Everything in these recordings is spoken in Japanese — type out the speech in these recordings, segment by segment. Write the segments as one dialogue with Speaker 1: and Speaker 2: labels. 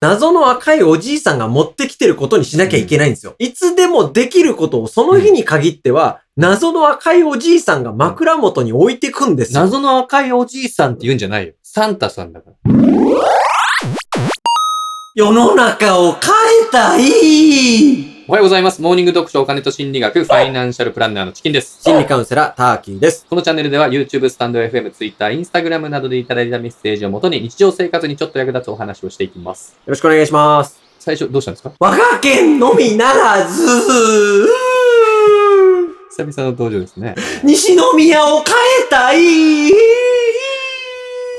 Speaker 1: 謎の赤いおじいさんが持ってきてることにしなきゃいけないんですよ。いつでもできることをその日に限っては、謎の赤いおじいさんが枕元に置いてくんですよ。
Speaker 2: 謎の赤いおじいさんって言うんじゃないよ。サンタさんだから。
Speaker 1: 世の中を変えたい
Speaker 2: おはようございます。モーニング読書お金と心理学、ファイナンシャルプランナーのチキンです。
Speaker 1: 心理カウンセラー、ターキーです。
Speaker 2: このチャンネルでは YouTube、スタンド FM、Twitter、Instagram などでいただいたメッセージをもとに日常生活にちょっと役立つお話をしていきます。
Speaker 1: よろしくお願いします。
Speaker 2: 最初、どうしたんですか
Speaker 1: 我が県のみならず、
Speaker 2: 久々の登場ですね。
Speaker 1: 西宮を変えたい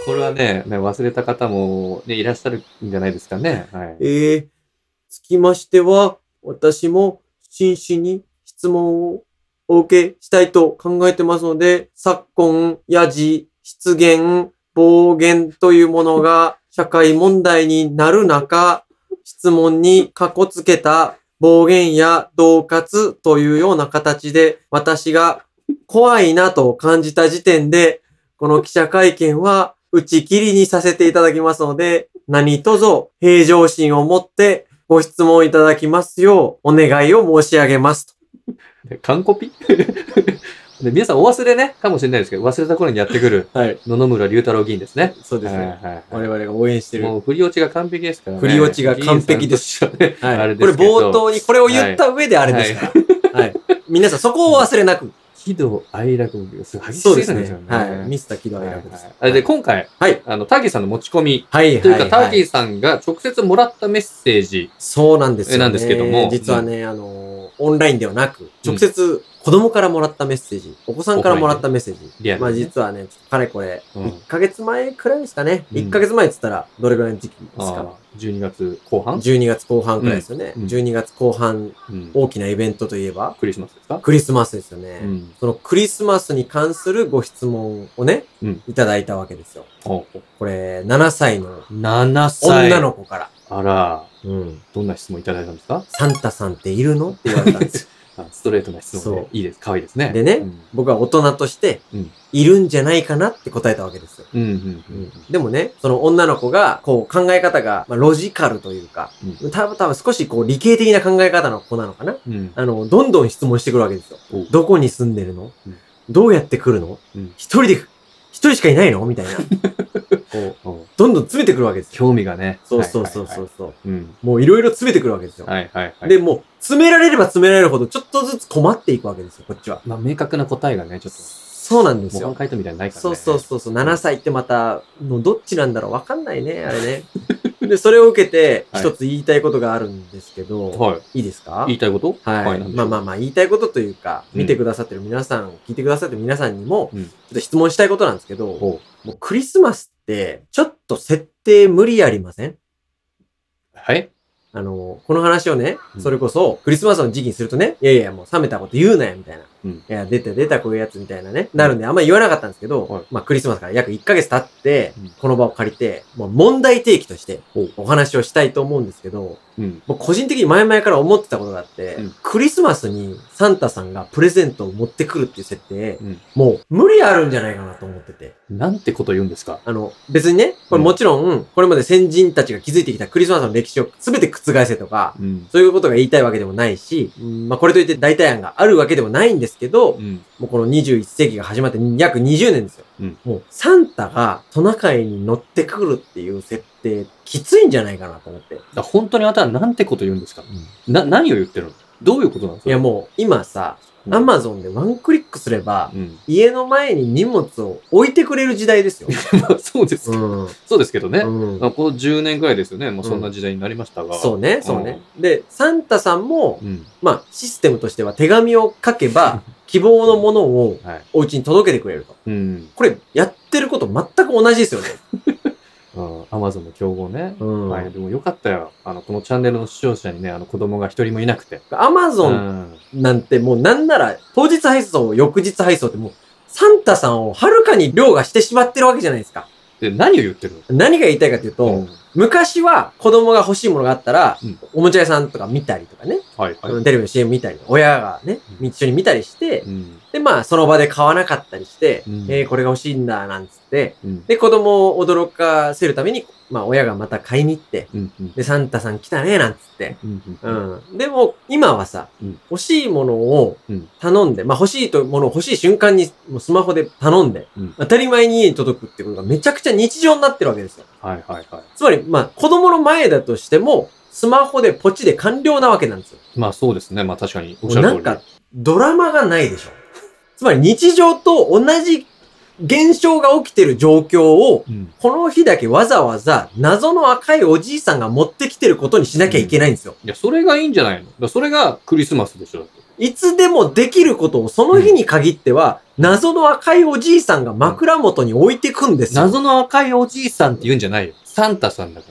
Speaker 2: これはね、ね忘れた方も、ね、いらっしゃるんじゃないですかね。はい。
Speaker 1: えー、つきましては、私も真摯に質問をお受けしたいと考えてますので、昨今、やじ、失言、暴言というもの が社会問題になる中、質問にかこつけた暴言や恫喝というような形で、私が怖いなと感じた時点で、この記者会見は打ち切りにさせていただきますので、何卒平常心を持ってご質問いただきますようお願いを申し上げます。
Speaker 2: で完コピ で皆さんお忘れね、かもしれないですけど、忘れた頃にやってくる
Speaker 1: はい、
Speaker 2: 野々村龍太郎議員ですね。
Speaker 1: そうです
Speaker 2: はい
Speaker 1: ね。
Speaker 2: はいはい
Speaker 1: 我々が応援してる。
Speaker 2: もう振り落ちが完璧ですからね。
Speaker 1: 振り落ちが完璧です
Speaker 2: 議員さんとして はね。あ
Speaker 1: は
Speaker 2: れ
Speaker 1: い、
Speaker 2: で
Speaker 1: これ
Speaker 2: すけど。
Speaker 1: 冒頭にこれを言った上であれですから。はい。皆さんそこを忘れなく。
Speaker 2: 喜怒哀楽のすごい激し
Speaker 1: そうです
Speaker 2: ぎるんですよ
Speaker 1: ね
Speaker 2: ね。。
Speaker 1: はい。ミ
Speaker 2: ミ
Speaker 1: スター喜怒哀楽です。
Speaker 2: はい、で、今回、
Speaker 1: はい
Speaker 2: あの、ターキーさんの持ち込み、
Speaker 1: はいはい。
Speaker 2: というか、タ
Speaker 1: は
Speaker 2: ーキーさんが直接もらったメッセージ、
Speaker 1: そうなんですよ、ね。
Speaker 2: なんですけども
Speaker 1: 実はね、あの、オンラインではなく、直接子供からもらったメッセージ、お子さんからもらったメッセージ。
Speaker 2: リアル
Speaker 1: まあ
Speaker 2: にね、
Speaker 1: 実はね、ちょっとかれこれ、
Speaker 2: うん
Speaker 1: 1ヶ月前くらいですかね。
Speaker 2: うん
Speaker 1: 1ヶ月前って言ったら、どれぐらいの時期ですか、
Speaker 2: あー12月後半、
Speaker 1: ?12 月後半くらいですよね。
Speaker 2: うんうん
Speaker 1: 12月後半、
Speaker 2: うん
Speaker 1: 大きなイベントといえば、
Speaker 2: クリスマスですか、
Speaker 1: クリスマスですよね。
Speaker 2: うん
Speaker 1: そのクリスマスに関するご質問をね、
Speaker 2: うん
Speaker 1: いただいたわけですよ。
Speaker 2: ほうほ
Speaker 1: これ、7歳の
Speaker 2: う7歳。
Speaker 1: 女の子から、
Speaker 2: あら、
Speaker 1: うん、
Speaker 2: どんな質問いただいたんですか
Speaker 1: サンタさんっているのって言われたんですよ。
Speaker 2: あストレートな質問で
Speaker 1: そう、
Speaker 2: いいです。可愛いですね。
Speaker 1: でね
Speaker 2: うん
Speaker 1: 僕は大人として
Speaker 2: うん、
Speaker 1: いるんじゃないかなって答えたわけですよ。
Speaker 2: うんうんうん
Speaker 1: でもね、その女の子が、こう考え方が、まあ、ロジカルというか、多分多分少しこう理系的な考え方の子なのかな。
Speaker 2: うん。うん。
Speaker 1: あの、どんどん質問してくるわけですよ。
Speaker 2: おう
Speaker 1: どこに住んでるの、
Speaker 2: うん
Speaker 1: どうやって来るの、
Speaker 2: うん
Speaker 1: 一人で、一人しかいないのみ たいな。こう、
Speaker 2: おう
Speaker 1: どんどん詰めてくるわけですよ。
Speaker 2: 興味がね。
Speaker 1: そうそうそうそう。そう
Speaker 2: はいはいはい。うん。
Speaker 1: もういろいろ詰めてくるわけですよ。
Speaker 2: はいはいはい。
Speaker 1: で、もう、詰められれば詰められるほど、ちょっとずつ困っていくわけですよ、こっちは。
Speaker 2: まあ、明確な答えがね、ちょっと。
Speaker 1: そうなんです
Speaker 2: 模
Speaker 1: よ
Speaker 2: 範。解答みたいなのないからね。
Speaker 1: そうそうそうそう、7歳ってまた、のどっちなんだろうわかんないね、あれ ね。で、それを受けて、
Speaker 2: はい
Speaker 1: 一つ言いたいことがあるんですけど、い、
Speaker 2: はい。
Speaker 1: いですか
Speaker 2: 言いたいこと
Speaker 1: はい、
Speaker 2: なんでし
Speaker 1: ま
Speaker 2: ょ
Speaker 1: あ
Speaker 2: う
Speaker 1: まあまあ、言いたいことというか、
Speaker 2: うん
Speaker 1: 見てくださってる皆さん、聞いてくださってる皆さんにも、
Speaker 2: うん
Speaker 1: ちょっと質問したいことなんですけど、も
Speaker 2: ほう
Speaker 1: うクリスマスって、ちょっと設定無理ありません
Speaker 2: はい
Speaker 1: あの、この話をね
Speaker 2: う、ん
Speaker 1: それこそ、クリスマスの時期にするとね、いやいや、もう冷めたこと言うなよ、みたいな。
Speaker 2: うん
Speaker 1: いや、出た出た、こういうやつ、みたいなね。なるんで、あんまり言わなかったんですけど、
Speaker 2: はい
Speaker 1: まあ、クリスマスから約1ヶ月経って
Speaker 2: うん、
Speaker 1: この場を借りて、もう問題提起として
Speaker 2: ほう、
Speaker 1: お話をしたいと思うんですけど、
Speaker 2: うん。
Speaker 1: 僕個人的に前々から思ってたことがあって、
Speaker 2: うん
Speaker 1: クリスマスにサンタさんがプレゼントを持ってくるっていう設定、
Speaker 2: うん
Speaker 1: もう無理あるんじゃないかなと思ってて。
Speaker 2: なんてこと言うんですか
Speaker 1: あの、別にね、これもちろん、これまで先人たちが築いてきたクリスマスの歴史を全て覆せとか、
Speaker 2: うん。
Speaker 1: そういうことが言いたいわけでもないし、うんまあこれといって代替案があるわけでもないんですけど、
Speaker 2: うん。
Speaker 1: もうこの21世紀が始まって約20年ですよ。
Speaker 2: うん
Speaker 1: もうサンタがトナカイに乗ってくるっていう設定、きついんじゃないかなと思って。
Speaker 2: だ本当にあなたはなんてこと言うんですかな、何を言ってるのどういうことなんですか
Speaker 1: いやもう今さ、
Speaker 2: うん
Speaker 1: アマゾンでワンクリックすれば、
Speaker 2: うん。
Speaker 1: 家の前に荷物を置いてくれる時代ですよ。
Speaker 2: まあ そうです
Speaker 1: う
Speaker 2: けど。
Speaker 1: ん。
Speaker 2: そうですけどね。
Speaker 1: うん
Speaker 2: まあこの10年ぐらいですよね。もうそんな時代になりましたが。
Speaker 1: そう
Speaker 2: う。
Speaker 1: ね、そうね。で、サンタさんも、
Speaker 2: うん。
Speaker 1: まあ、システムとしては手紙を書け ば、希望のものを
Speaker 2: はい。
Speaker 1: お家に届けてくれると。
Speaker 2: うん。
Speaker 1: これ、やってること全く同じですよね。
Speaker 2: アマゾンの競合ね。
Speaker 1: うん。
Speaker 2: はい。でもよかったよ。あの、このチャンネルの視聴者にね、あの、子供が一人もいなくて。
Speaker 1: アマゾ
Speaker 2: う
Speaker 1: ン
Speaker 2: ん。
Speaker 1: なんてもうなんなら、当日配送、翌日配送ってもう、サンタさんをはるかに凌駕してしまってるわけじゃないですか。
Speaker 2: で、何を言ってるの
Speaker 1: 何が言いたいかというと、
Speaker 2: うん
Speaker 1: 昔は子供が欲しいものがあったら、
Speaker 2: うん
Speaker 1: おもちゃ屋さんとか見たりとかね、
Speaker 2: はいはい。
Speaker 1: テレビの CM 見たり、親がね、
Speaker 2: うん
Speaker 1: 一緒に見たりして、
Speaker 2: うん。
Speaker 1: で、まあ、その場で買わなかったりして、
Speaker 2: うん
Speaker 1: えーこれが欲しいんだ、なんつって、
Speaker 2: うん。
Speaker 1: で、子供を驚かせるために、まあ、親がまた買いに行って、
Speaker 2: うん。うん。
Speaker 1: で、サンタさん来たね、なんつって。
Speaker 2: うん。
Speaker 1: う
Speaker 2: うん。
Speaker 1: ん。でも、今はさ、
Speaker 2: うん
Speaker 1: 欲しいものを
Speaker 2: うん
Speaker 1: 頼んで、まあ欲しいとものを欲しい瞬間にもうスマホで頼んで、
Speaker 2: うん
Speaker 1: 当たり前に家に届くってことがめちゃくちゃ日常になってるわけですよ。
Speaker 2: はいはいは
Speaker 1: つまり、まあ子供の前だとしても、スマホでポチで完了なわけなんですよ。
Speaker 2: い。まあそうですね。まあ確かに。おっしゃ
Speaker 1: なん
Speaker 2: る通り。
Speaker 1: か、ドラマがないでしょ。つまり日常と同じ現象が起きてる状況を、
Speaker 2: うん。
Speaker 1: この日だけわざわざ謎の赤いおじいさんが持ってきてることにしなきゃいけないんですよ。
Speaker 2: いや、それがいいんじゃないのだからそれがクリスマスでしょ。だって
Speaker 1: いつでもできることをその日に限っては、謎の赤いおじいさんが枕元に置いてくんですよ。
Speaker 2: 謎の赤いおじいさんって言うんじゃないよ。サンタさんだか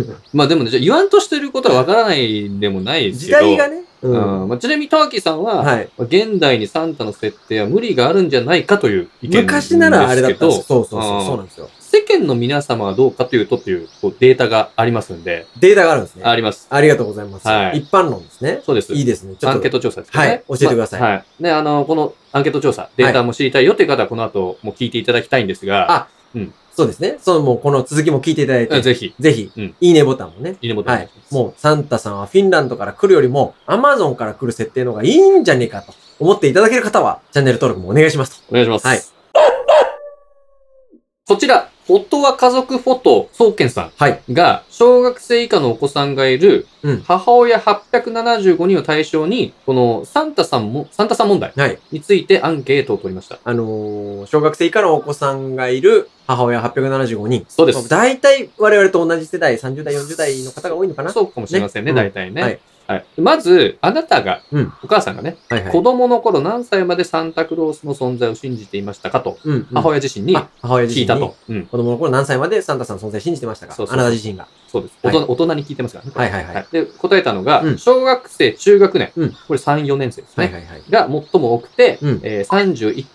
Speaker 2: ら。まあでもね、じゃあ言わんとしてることはわからないでもないです
Speaker 1: 時
Speaker 2: けど。
Speaker 1: 代がね。う。
Speaker 2: うんん。まあちなみにターキーさんは、
Speaker 1: はい。
Speaker 2: 現代にサンタの設定は無理があるんじゃないかという意見ですけ
Speaker 1: 昔
Speaker 2: ど
Speaker 1: ならあれだったんですよ。そうそう
Speaker 2: う
Speaker 1: そ
Speaker 2: ん
Speaker 1: う。そうなんですよ。
Speaker 2: 世間の皆様はどうかというとというこうデータがありますんで、
Speaker 1: データがあるんですね。
Speaker 2: あります。
Speaker 1: ありがとうございます。
Speaker 2: はい
Speaker 1: 一般論ですね。
Speaker 2: そうです。
Speaker 1: いいですね。ちょ
Speaker 2: ア
Speaker 1: っ
Speaker 2: ンケー
Speaker 1: と。
Speaker 2: ト調査ですよね。
Speaker 1: はい教えてください
Speaker 2: まあはい。ね、あの、このアンケート調査、データも知りたいよという方はこの後も聞いていただきたいんですが、
Speaker 1: あそうですね。そのもうこの続きも聞いていただい
Speaker 2: うん
Speaker 1: て、
Speaker 2: ぜひ、
Speaker 1: ぜひ
Speaker 2: うん、
Speaker 1: いいねボタンもね。
Speaker 2: いいねボタンお
Speaker 1: は
Speaker 2: 願い
Speaker 1: い
Speaker 2: しま。す。
Speaker 1: もうサンタさんはフィンランドから来るよりも、アマゾンから来る設定の方がいいんじゃねえかと思っていただける方は、チャンネル登録もお願いしますと。
Speaker 2: お願いします。
Speaker 1: はい
Speaker 2: こちら、フォトは家族フォト、総健さ
Speaker 1: はい。
Speaker 2: んが、小学生以下のお子さんがいる
Speaker 1: うん、
Speaker 2: 母親875人を対象に、このサンタさんも、サンタさん問題
Speaker 1: はい。
Speaker 2: についてアンケートを取りました。
Speaker 1: あのー小学生以下のお子さんがいる母親875人。
Speaker 2: そうです。
Speaker 1: 大体我々と同じ世代、30代、40代の方が多いのかな
Speaker 2: そうかもしれませんね、
Speaker 1: ね
Speaker 2: 大体ね。
Speaker 1: はい
Speaker 2: はいまず、あなたが、
Speaker 1: うん
Speaker 2: お母さんがね、
Speaker 1: はいは
Speaker 2: 子。供の頃何歳までサンタクロースの存在を信じていましたかと、
Speaker 1: うん、
Speaker 2: 母親自身に
Speaker 1: あ母親自
Speaker 2: 聞
Speaker 1: 身
Speaker 2: いた
Speaker 1: に
Speaker 2: と。うん、
Speaker 1: 子供の頃何歳までサンタさんの存在信じてましたか
Speaker 2: そうそう
Speaker 1: あなた自身が。
Speaker 2: そうです。大
Speaker 1: はい
Speaker 2: 人大人に聞いてますからね。
Speaker 1: はいはいはい。
Speaker 2: で、答えたのが、
Speaker 1: うん
Speaker 2: 小学生、中学年、
Speaker 1: うん
Speaker 2: これ3、4年生ですね。
Speaker 1: はいはいはい。
Speaker 2: が最も多くて、
Speaker 1: うん
Speaker 2: えー、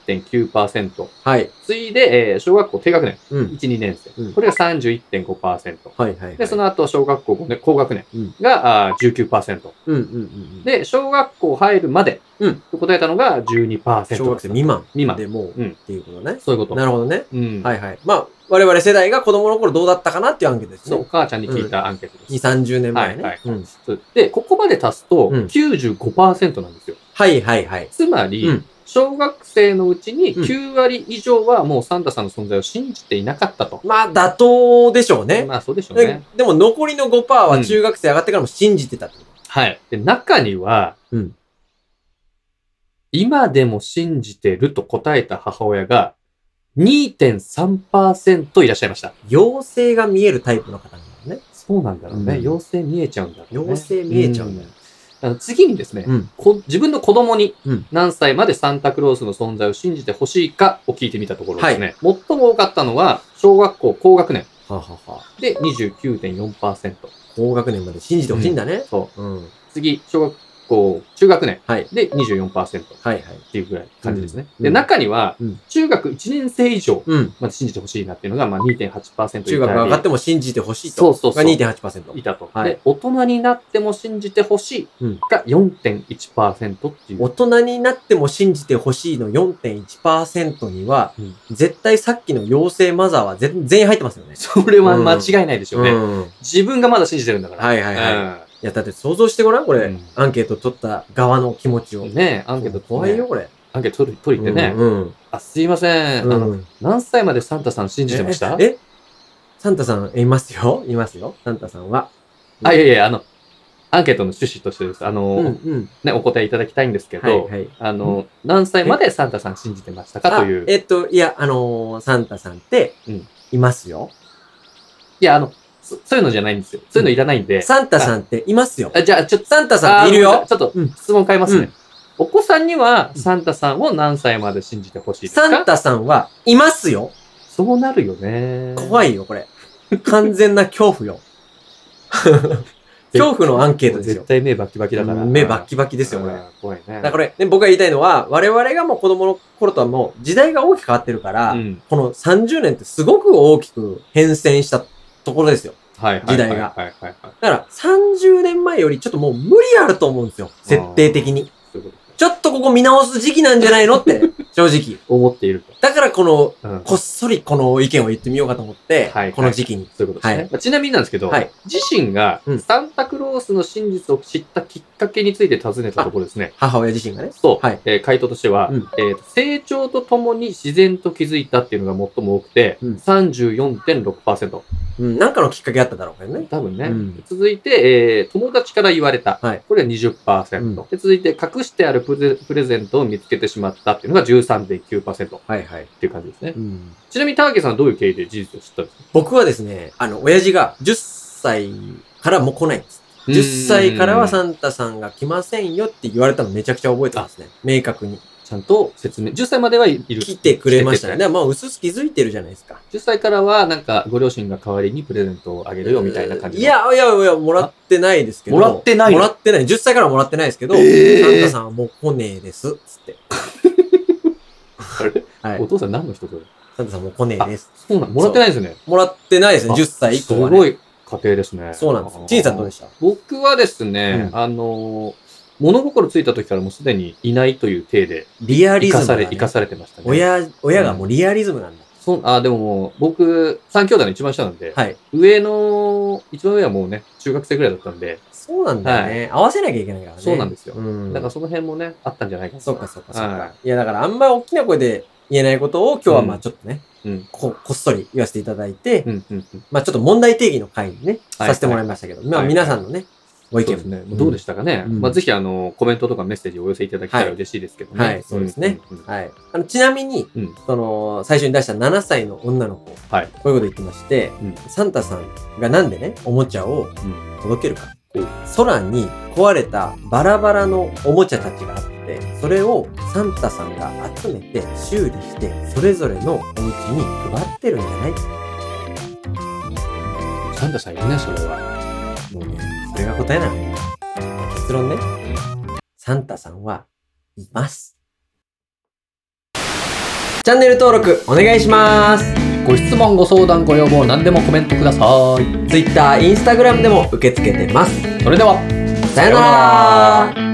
Speaker 2: 31.9%。
Speaker 1: はい。
Speaker 2: 次いで、えー小学校低学年、
Speaker 1: うん。
Speaker 2: 1、2年生。
Speaker 1: うん
Speaker 2: これが31.5%。
Speaker 1: はいはいはい。
Speaker 2: で、その後、小学校5年、高学年
Speaker 1: うん
Speaker 2: が、あー19%。
Speaker 1: うんうんうんうん。
Speaker 2: で、小学校入るまで、
Speaker 1: うん
Speaker 2: と答えたのが12%。
Speaker 1: 小学生未満。
Speaker 2: 未満
Speaker 1: でもう、
Speaker 2: うん
Speaker 1: っていうことね。
Speaker 2: そういうこと。
Speaker 1: なるほどね。
Speaker 2: うん。
Speaker 1: はいはい。まあ、我々世代が子供の頃どうだったかなっていうアンケートです
Speaker 2: そう、お
Speaker 1: ね。
Speaker 2: 母ちゃんに聞いたアンケートです。
Speaker 1: 2、30年前ね。
Speaker 2: はいは
Speaker 1: うん
Speaker 2: そうで、ここまで足すと
Speaker 1: うん
Speaker 2: 95%なんですよ。
Speaker 1: はいはいはい。
Speaker 2: つまり、
Speaker 1: うん
Speaker 2: 小学生のうちに
Speaker 1: うん
Speaker 2: 9割以上はもうサンタさんの存在を信じていなかったと。
Speaker 1: まあ、妥当でしょうね。
Speaker 2: まあそうでしょう
Speaker 1: で
Speaker 2: ね。
Speaker 1: でも残りの5%は中学生上がってからも信じてたってこと
Speaker 2: はい。で、中には、
Speaker 1: うん
Speaker 2: 今でも信じてると答えた母親が2.3%いらっしゃいました。
Speaker 1: 妖精が見えるタイプの方なんだよね。
Speaker 2: そうなんだろう
Speaker 1: う
Speaker 2: ね。
Speaker 1: ん
Speaker 2: 妖精見えちゃうんだろうね。
Speaker 1: 妖精見えちゃうんだよ
Speaker 2: んあの次にですね、
Speaker 1: うん
Speaker 2: こ自分の子供に
Speaker 1: うん
Speaker 2: 何歳までサンタクロースの存在を信じてほしいかを聞いてみたところですね、最も多かったのは小学校高学年
Speaker 1: ははは。
Speaker 2: で29.4%
Speaker 1: 高学年まで信じてほしいんだね。
Speaker 2: そう
Speaker 1: うん。はい
Speaker 2: 次小学校中学年
Speaker 1: はい
Speaker 2: で24%っ
Speaker 1: はい。
Speaker 2: ていうぐらい感じですね、
Speaker 1: うん
Speaker 2: で
Speaker 1: うん
Speaker 2: 中には
Speaker 1: うん
Speaker 2: 中学1年生以上
Speaker 1: うん。
Speaker 2: まで信じてほしいなっていうのがまあ2.8%
Speaker 1: 中学上がっても信じてほしいと。
Speaker 2: そうそうそう
Speaker 1: が2.8%。
Speaker 2: いたと、
Speaker 1: はい
Speaker 2: で大人になっても信じてほし
Speaker 1: うん
Speaker 2: いが4.1%っていう、
Speaker 1: 大人になっても信じてほしいの4.1%には、
Speaker 2: うん
Speaker 1: 絶対さっきの妖精マザーは全全員入ってますよね。
Speaker 2: それは間違いないでしょうね、
Speaker 1: うん。は
Speaker 2: 自分がまだ信じてるんだから、
Speaker 1: いはいはい。い
Speaker 2: うん
Speaker 1: や、だって想像してごらん、これ。
Speaker 2: うん
Speaker 1: アンケート取った側の気持ちを。
Speaker 2: ねアンケート、ね、
Speaker 1: 怖いよ、。これ。
Speaker 2: アンケート取り取りってね、
Speaker 1: うん
Speaker 2: あ、すいません,、
Speaker 1: うん。
Speaker 2: あ
Speaker 1: う
Speaker 2: の、
Speaker 1: ん
Speaker 2: 何歳までサンタさん信じてました
Speaker 1: ええサンタさん、いますよ。 いますよ。サンタさんは。
Speaker 2: あ、いやいや、あの、アンケートの趣旨としてです。あの、
Speaker 1: うんうん。
Speaker 2: ね、お答えいただきたいんですけど、
Speaker 1: はいはい。
Speaker 2: あの、何歳までサンタさん信じてましたかという。
Speaker 1: あえっと、いや、あのーサンタさんって
Speaker 2: うん、
Speaker 1: いますよ。
Speaker 2: いや、あのそ、そういうのじゃないんですよ。そういうのいらないんで。
Speaker 1: サンタさんっていますよ。
Speaker 2: あじゃあ、ちょっと、
Speaker 1: サンタさん
Speaker 2: あ
Speaker 1: っ
Speaker 2: ー
Speaker 1: ている
Speaker 2: ごめんな
Speaker 1: よ。
Speaker 2: さちょっと
Speaker 1: うん、
Speaker 2: 質問変えますね。
Speaker 1: うん
Speaker 2: お子さんには、サンタさんを何歳まで信じてほしいですか
Speaker 1: サンタさんはいますよ。
Speaker 2: そうなるよね。
Speaker 1: 怖
Speaker 2: い。
Speaker 1: いよ、これ。完全な恐怖よ。恐怖のアンケートです
Speaker 2: 絶
Speaker 1: よ。
Speaker 2: 対目バキバキ だから。
Speaker 1: 目バッキバキですよ、これ。
Speaker 2: あー怖いね。
Speaker 1: だからこれ、ね、僕が言いたいのは、我々がもう子供の頃とはもう時代が大きく変わってるから、
Speaker 2: うん。
Speaker 1: この30年ってすごく大きく変遷したところですよ。
Speaker 2: はいはい。
Speaker 1: 時代が
Speaker 2: はいはいはい。
Speaker 1: だから30年前よりちょっともう無理あると思うんですよ。設定的に。
Speaker 2: そういうことか
Speaker 1: ちょっとここ見直す時期なんじゃないの って、正直。
Speaker 2: 思っていると。
Speaker 1: だからこの、
Speaker 2: うん
Speaker 1: こっそりこの意見を言ってみようかと思って、
Speaker 2: はい
Speaker 1: この時期に。
Speaker 2: そういうことですね。
Speaker 1: はい
Speaker 2: まあちなみになんですけど、
Speaker 1: はい
Speaker 2: 自身が
Speaker 1: うん
Speaker 2: サンタクロースの真実を知ったきっかけについて尋ねたところですね。
Speaker 1: 母親自身がね。
Speaker 2: そう、
Speaker 1: はい
Speaker 2: えー回答としては、
Speaker 1: うん
Speaker 2: えーと成長とともに自然と気づいたっていうのが最も多くて、
Speaker 1: うん
Speaker 2: 34.6%。
Speaker 1: うん、なんかのきっかけあっただろうからね。
Speaker 2: 多分ね。
Speaker 1: うん
Speaker 2: 続いて、えー友達から言われた。
Speaker 1: はい
Speaker 2: これは
Speaker 1: う
Speaker 2: 20%、
Speaker 1: ん
Speaker 2: で。続いて、隠してあるプレプレゼントを見つけてしまったっていうのが13.9%っ
Speaker 1: はいはい。
Speaker 2: ていう感じですね。
Speaker 1: うん、
Speaker 2: ちなみに、ターゲさんはどういう経緯で事実を知ったんですか
Speaker 1: 僕はですね、あの、親父が10歳からもう来ないんです。10歳からは
Speaker 2: うーん
Speaker 1: サンタさんが来ませんよって言われたのめちゃくちゃ覚えてますね。明確に。
Speaker 2: ちゃんと説明。10歳まではいる。
Speaker 1: 来てくれましたね。
Speaker 2: 来て
Speaker 1: でもまあ、うすうす気づいてるじゃないですか。
Speaker 2: て10歳からは、なんか、ご両親が代わりにプレゼントをあげるよ、みたいな感じの。
Speaker 1: い、や、いやいや、もらってないですけど。
Speaker 2: あもらってないの
Speaker 1: もらってない。10歳からもらってないですけど、
Speaker 2: えー
Speaker 1: サンタさんはもう来ねえです。つって。
Speaker 2: あれ
Speaker 1: はい
Speaker 2: お。父さん何の人それ
Speaker 1: サンタさんもう来ねえです。
Speaker 2: そうなん、もらってないですね。
Speaker 1: もらってないですね、
Speaker 2: あ
Speaker 1: 10歳以
Speaker 2: す
Speaker 1: 降は、ね。
Speaker 2: ごい家庭ですね。
Speaker 1: そうなんです
Speaker 2: あー。
Speaker 1: ちいさんどうでした
Speaker 2: 僕はですね、あのー、物心ついた時からもうすでにいないという体で、
Speaker 1: リアリ
Speaker 2: 生
Speaker 1: ズ
Speaker 2: か
Speaker 1: ムだ、
Speaker 2: され、
Speaker 1: ね。
Speaker 2: 生かされてましたね。
Speaker 1: 親、親がもうリアリズムなんだ。
Speaker 2: そんあ、でももう、僕、三兄弟の一番下なんで、
Speaker 1: はい。
Speaker 2: 上の、一番上はもうね、中学生ぐらいだったんで、
Speaker 1: そうなんだよね、合わせなきゃいけないからね。
Speaker 2: そうなんですよ
Speaker 1: うん。
Speaker 2: なんかその辺もね、あったんじゃないかな。
Speaker 1: そうかそうかそうか。、
Speaker 2: はい
Speaker 1: やだからあんまり大きな声で言えないことを今日はま
Speaker 2: う
Speaker 1: あ
Speaker 2: ん
Speaker 1: ちょっとね、
Speaker 2: うん
Speaker 1: ここっそり言わせていただいて、
Speaker 2: うんうんうん。
Speaker 1: まあちょっと問題定義の会にね、
Speaker 2: はい
Speaker 1: させてもらいましたけど、まあ
Speaker 2: はい
Speaker 1: 皆さんのね、ご意
Speaker 2: そう
Speaker 1: 見
Speaker 2: です
Speaker 1: も。
Speaker 2: ね。どうでしたかね。
Speaker 1: うん
Speaker 2: まあ、ぜひ、あの、コメントとかメッセージをお寄せいただけたら嬉しいですけどね。
Speaker 1: はいそうですね
Speaker 2: うんうんうん。
Speaker 1: はい。あのちなみに、
Speaker 2: うん
Speaker 1: その、最初に出した7歳の女の子、
Speaker 2: はい
Speaker 1: こういうこと言ってまして、
Speaker 2: うん
Speaker 1: サンタさんがなんでね、おもちゃを
Speaker 2: うん
Speaker 1: 届けるか
Speaker 2: お。
Speaker 1: 空に壊れたバラバラのおもちゃたちがあって、それをサンタさんが集めて修理して、それぞれのお家に配ってるんじゃない
Speaker 2: サンタさんいるね、それは。
Speaker 1: もうね、それが答えなのよ。結論ね。サンタさんは、います。チャンネル登録お願いします。
Speaker 2: ご質問、ご相談、ご要望、何でもコメントください。
Speaker 1: Twitter、Instagram でも受け付けてます。
Speaker 2: それでは。
Speaker 1: さよなら